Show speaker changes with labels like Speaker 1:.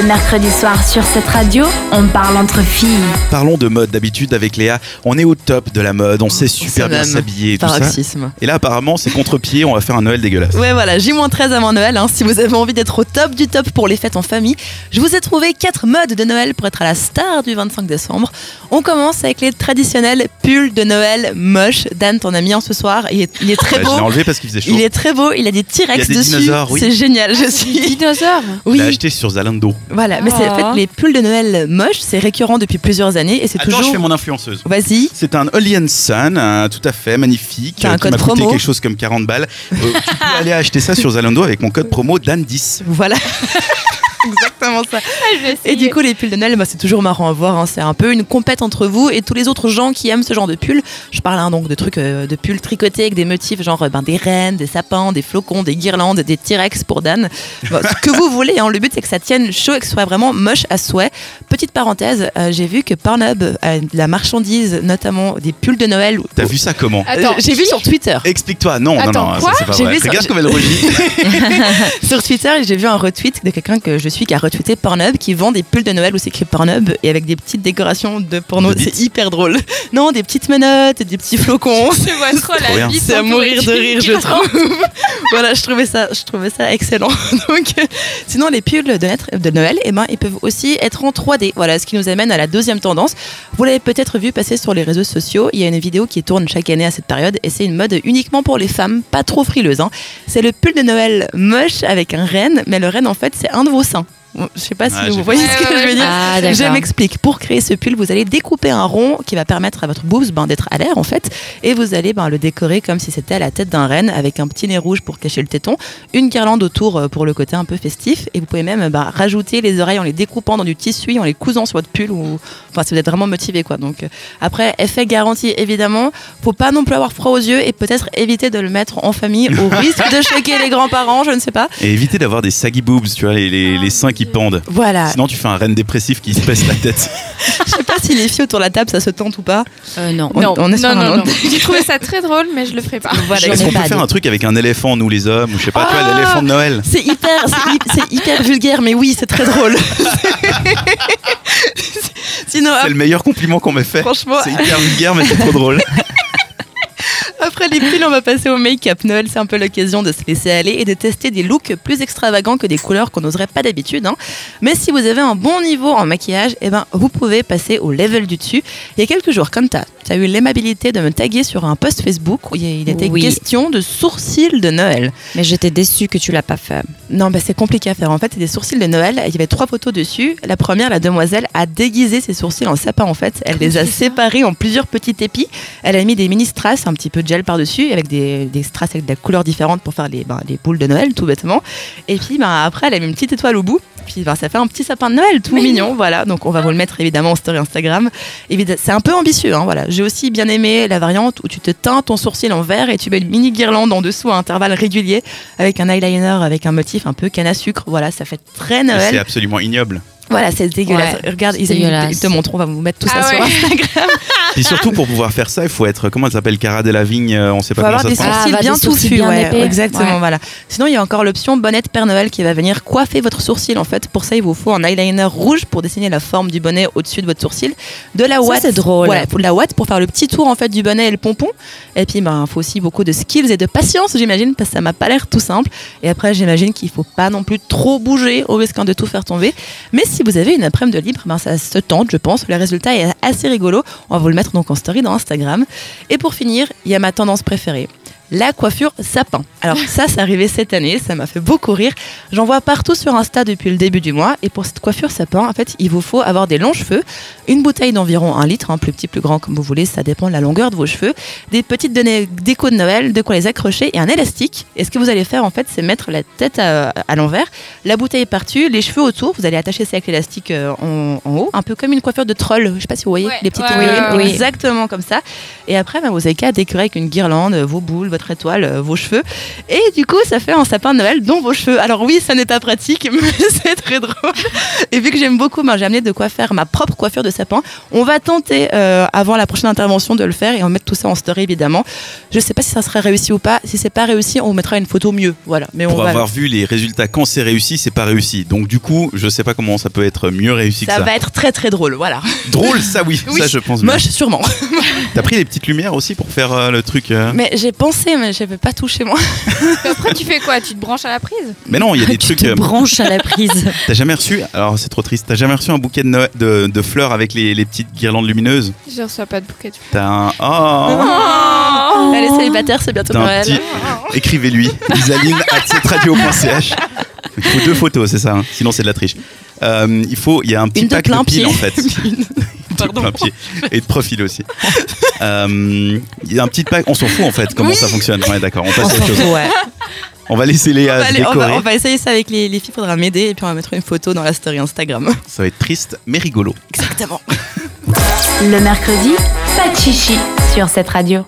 Speaker 1: Le mercredi soir sur cette radio, on parle entre filles.
Speaker 2: Parlons de mode d'habitude avec Léa. On est au top de la mode, on sait super
Speaker 3: Ça
Speaker 2: bien
Speaker 3: même.
Speaker 2: s'habiller et tout ça.
Speaker 3: Paroxysme.
Speaker 2: Et là apparemment c'est contre-pied, on va faire un Noël dégueulasse.
Speaker 3: Ouais, voilà, J-13 avant Noël. hein. Si vous avez envie d'être au top du top pour les fêtes en famille, je vous ai trouvé quatre modes de Noël pour être à la star du 25 décembre. On commence avec les traditionnels pulls de Noël moches. Dan, t'en as mis un ce soir. Il est, il est très
Speaker 2: Ouais, Bah, je l'ai
Speaker 3: beau.
Speaker 2: enlevé parce qu'il faisait chaud.
Speaker 3: Il est très beau. Il a des T-Rex
Speaker 2: Il y a des
Speaker 3: dessus.
Speaker 2: dinosaures, oui.
Speaker 3: C'est génial. Je suis.
Speaker 4: Dinosaure
Speaker 2: Je
Speaker 3: Oui.
Speaker 2: l'ai acheté sur Zalando.
Speaker 3: Voilà, mais c'est en fait
Speaker 4: Oh.
Speaker 3: les pulls de Noël moches, c'est récurrent depuis plusieurs années et c'est
Speaker 2: Attends, je
Speaker 3: toujours.
Speaker 2: fais mon influenceuse.
Speaker 3: Vas-y.
Speaker 2: C'est un Alien Sun, un- tout à fait magnifique,
Speaker 3: T'as un
Speaker 2: euh, qui
Speaker 3: code
Speaker 2: m'a coûté
Speaker 3: promo.
Speaker 2: quelque chose comme 40 balles. Euh, tu peux aller acheter ça sur Zalando avec mon code promo DAN10.
Speaker 3: Voilà. Exactement ça. Et du coup, les pulls de Noël, bah, c'est toujours marrant à voir. hein. C'est un peu une compète entre vous et tous les autres gens qui aiment ce genre de pulls. Je parle hein, donc de trucs, euh, de pulls tricotés avec des motifs genre euh, ben, des rennes, des sapins, des flocons, des guirlandes, des T-Rex pour Dan. Bon, ce que vous voulez, hein. le but c'est que ça tienne chaud et que ce soit vraiment moche à souhait. Petite parenthèse, euh, j'ai vu que Pornhub, euh, la marchandise notamment des pulls de Noël,
Speaker 2: T'as vu ça comment
Speaker 3: Euh,
Speaker 4: Attends,
Speaker 3: j'ai vu sur Twitter.
Speaker 2: Explique-toi. Non,
Speaker 4: Attends,
Speaker 2: non, non,
Speaker 4: quoi
Speaker 2: ça, c'est pas
Speaker 3: J'ai
Speaker 2: vrai.
Speaker 3: vu ça-
Speaker 2: Regarde comme elle rougit.
Speaker 3: Sur Twitter, j'ai vu un retweet de quelqu'un que je suis qui a retweeté Pornhub qui vend des pulls de Noël où c'est écrit Pornhub et avec des petites décorations de porno.
Speaker 2: Des bites.
Speaker 3: C'est hyper drôle. Non, des petites menottes, des petits flocons.
Speaker 4: je vois trop
Speaker 2: Trop bien.
Speaker 4: la vie.
Speaker 3: C'est à mourir de rire, je trouve. voilà, je trouvais ça, je trouvais ça excellent. Donc, euh, sinon, les pulls de, naître- de Noël, eh ben, ils peuvent aussi être en 3D. Voilà, ce qui nous amène à la deuxième tendance. Vous l'avez peut-être vu passer sur les réseaux sociaux. Il y a une vidéo qui tourne chaque année à cette période et c'est une mode uniquement pour les femmes, pas trop frileuse. hein. C'est le pull de Noël moche avec un renne, mais le renne, en fait, c'est un de vos seins. Bon, Je sais pas si
Speaker 2: Ah, j'ai
Speaker 3: vous voyez
Speaker 4: compris.
Speaker 3: ce que je
Speaker 4: Ouais,
Speaker 3: veux
Speaker 4: ouais,
Speaker 3: dire.
Speaker 4: Ah,
Speaker 3: Je m'explique. Pour créer ce pull, vous allez découper un rond qui va permettre à votre boobs ben, d'être à l'air en fait. Et vous allez ben, le décorer comme si c'était la tête d'un renne avec un petit nez rouge pour cacher le téton, une guirlande autour euh, pour le côté un peu festif. Et vous pouvez même ben, rajouter les oreilles en les découpant dans du tissu, et en les cousant sur votre pull. Ou... Enfin, si vous êtes vraiment motivé quoi. Donc euh, après, effet garanti évidemment. Faut pas non plus avoir froid aux yeux et peut-être éviter de le mettre en famille au risque de choquer les grands-parents, je ne sais pas.
Speaker 2: Et éviter d'avoir des saggy boobs, tu vois, les, les, les seins qui pendent.
Speaker 3: Voilà.
Speaker 2: Sinon, tu fais un reine dépressif qui se pèse la tête.
Speaker 3: Je sais pas si les filles autour de la table ça se tente ou pas.
Speaker 4: non.
Speaker 3: On-
Speaker 4: non,
Speaker 3: on est sur
Speaker 4: non,
Speaker 3: un
Speaker 4: non,
Speaker 3: autre.
Speaker 4: non. Ah J'ai trouvé ça très drôle, mais je le ferai pas.
Speaker 2: Est-ce
Speaker 3: Voilà, j'en ai
Speaker 2: qu'on peut
Speaker 3: pas
Speaker 2: faire
Speaker 3: d'autres.
Speaker 2: un truc avec un éléphant, nous les hommes, ou je sais pas, tu vois,
Speaker 4: Ah
Speaker 2: l'éléphant de Noël
Speaker 3: C'est hyper, c'est hy- c'est hyper vulgaire, mais oui, c'est très drôle. Sinon,
Speaker 2: C'est
Speaker 3: ap-
Speaker 2: le meilleur compliment qu'on m'ait fait.
Speaker 3: Ah franchement,
Speaker 2: C'est hyper vulgaire, mais c'est trop drôle.
Speaker 3: après les pulls, on va passer au make-up. Noël, c'est un peu l'occasion de se laisser aller et de tester des looks plus extravagants que des couleurs qu'on n'oserait pas d'habitude. hein. Mais si vous avez un bon niveau en maquillage, eh ben, vous pouvez passer au level du dessus. Il y a quelques jours, comme tu as, eu l'aimabilité de me taguer sur un post Facebook où il y- il était
Speaker 5: Oui.
Speaker 3: question de sourcils de Noël.
Speaker 5: Mais j'étais déçue que tu l'as pas fait.
Speaker 3: Non, bah, c'est compliqué à faire. En fait, c'est des sourcils de Noël. Il y avait trois photos dessus. La première, la demoiselle a déguisé ses sourcils en sapin, en fait. Elle les a séparés en plusieurs petits épis. Elle a mis des mini strass, un petit peu de gel par-dessus, avec des, des strass avec des couleurs différentes pour faire les, ben, les boules de Noël, tout bêtement. Et puis, ben, après, elle a mis une petite étoile au bout. Puis, ben, ça fait un petit sapin de Noël, tout mignon. Voilà. Donc, on va vous le mettre évidemment en story Instagram. Évidemment, c'est un peu ambitieux. Hein, voilà. J'ai aussi bien aimé la variante où tu te teintes ton sourcil en vert et tu mets une mini guirlande en dessous à intervalles réguliers avec un eyeliner avec un motif un peu canne à sucre. Voilà, ça fait très
Speaker 2: Mais C'est
Speaker 3: Noël.
Speaker 2: absolument ignoble.
Speaker 3: Voilà, c'est dégueulasse.
Speaker 5: Ouais,
Speaker 3: Regarde, ils,
Speaker 5: c'est dégueulasse.
Speaker 3: ils te montrent. On va vous mettre tout ça
Speaker 4: Ah
Speaker 3: sur
Speaker 4: ouais.
Speaker 3: Instagram.
Speaker 2: Et surtout, pour pouvoir faire ça, il faut être, comment elle s'appelle, Cara Delevingne, euh, on sait
Speaker 3: Faut
Speaker 2: pas comment
Speaker 3: avoir
Speaker 2: ça
Speaker 3: des
Speaker 2: se
Speaker 5: Ah,
Speaker 2: prononce.
Speaker 3: sourcils
Speaker 5: bah, des
Speaker 3: bien
Speaker 5: sourcils
Speaker 3: touffus.
Speaker 5: bien
Speaker 3: ouais,
Speaker 5: épais.
Speaker 3: exactement,
Speaker 5: Ouais.
Speaker 3: voilà. Sinon, il y a encore l'option bonnette Père Noël qui va venir coiffer votre sourcil. En fait, pour ça, il vous faut un eyeliner rouge pour dessiner la forme du bonnet au-dessus de votre sourcil. De la
Speaker 5: Ça,
Speaker 3: ouate.
Speaker 5: c'est drôle.
Speaker 3: Voilà, pour de la ouate pour faire le petit tour en fait du bonnet et le pompon. Et puis, ben, faut aussi beaucoup de skills et de patience, j'imagine, parce que ça m'a pas l'air tout simple. Et après, j'imagine qu'il faut pas non plus trop bouger au risque hein, de tout faire tomber. Mais si vous avez une après-midi de libre, ben, ça se tente, je pense. Le résultat est assez rigolo. On va vous le mettre donc en story dans Instagram. Et pour finir, il y a ma tendance préférée. La coiffure sapin. Alors ça, c'est arrivé cette année, ça m'a fait beaucoup rire. J'en vois partout sur Insta depuis le début du mois. Et pour cette coiffure sapin, en fait, il vous faut avoir des longs cheveux, une bouteille d'environ un litre, hein, plus petit, plus grand comme vous voulez, ça dépend de la longueur de vos cheveux, des petites données déco de Noël, de quoi les accrocher et un élastique. Et ce que vous allez faire, en fait, c'est mettre la tête à, à l'envers, la bouteille par-dessus, les cheveux autour. Vous allez attacher ça avec l'élastique euh, en, en haut, un peu comme une coiffure de troll. Je sais pas si vous voyez
Speaker 4: Ouais,
Speaker 3: les petites
Speaker 4: ouais,
Speaker 3: oreillettes,
Speaker 5: ouais, ouais.
Speaker 3: bah, exactement comme ça. Et après, ben, vous avez qu'à décorer avec une guirlande, euh, vos boules, votre votre étoile, euh, vos cheveux. Et du coup, ça fait un sapin de Noël dont vos cheveux. Alors oui, ça n'est pas pratique, mais c'est très drôle. Et vu que j'aime beaucoup, ben, j'ai amené de quoi faire ma propre coiffure de sapin. On va tenter, euh, avant la prochaine intervention, de le faire et on mettre tout ça en story, évidemment. Je sais pas si ça sera réussi ou pas. Si c'est pas réussi, on vous mettra une photo mieux. Voilà. Mais on
Speaker 2: Pour
Speaker 3: va.
Speaker 2: avoir vu les résultats, quand c'est réussi, c'est pas réussi. Donc du coup, je sais pas comment ça peut être mieux réussi que
Speaker 3: Ça
Speaker 2: ça.
Speaker 3: va être très très drôle, voilà.
Speaker 2: Drôle, ça oui.
Speaker 3: Oui.
Speaker 2: Ça, je pense. bien.
Speaker 3: Moche sûrement.
Speaker 2: T'as pris les petites lumières aussi pour faire euh, le truc. euh.
Speaker 3: Mais j'ai pensé, mais je vais pas toucher moi.
Speaker 4: Après, tu fais quoi Tu te branches à la prise
Speaker 2: Mais non,
Speaker 3: Ah,
Speaker 2: il y a des
Speaker 5: tu
Speaker 2: trucs.
Speaker 5: te
Speaker 2: euh,
Speaker 5: branches à la prise.
Speaker 2: T'as jamais reçu Alors c'est trop triste. T'as jamais reçu un bouquet de, Noël- de, de fleurs avec les, les petites guirlandes lumineuses
Speaker 4: Je reçois pas de bouquet de fleurs.
Speaker 2: T'as un. Oh
Speaker 4: Oh
Speaker 3: Elle est célibataire, c'est bientôt
Speaker 2: T'as un
Speaker 3: Noël.
Speaker 2: petit- Écrivez-lui. Isaline at cetteradio.ch. Il faut deux photos, c'est ça. hein Sinon c'est de la triche. Euh, il faut. Il y a un petit
Speaker 3: Une de
Speaker 2: pack
Speaker 3: plein
Speaker 2: de piles
Speaker 3: pied.
Speaker 2: en fait. De
Speaker 3: Pardon.
Speaker 2: plein pied. Et de profil aussi. Euh, Il y a un petit pack. On s'en fout en fait comment ça fonctionne. Ouais, d'accord. On
Speaker 5: On
Speaker 2: passe
Speaker 5: s'en
Speaker 2: à autre chose.
Speaker 5: fout, ouais.
Speaker 2: On va laisser Léa
Speaker 3: Bah,
Speaker 2: se
Speaker 3: allez, on,
Speaker 2: décorer.
Speaker 3: va, on va essayer ça avec les, les filles, faudra m'aider et puis on va mettre une photo dans la story Instagram.
Speaker 2: Ça va être triste mais rigolo.
Speaker 3: Exactement.
Speaker 1: Le mercredi, pas de chichi sur cette radio.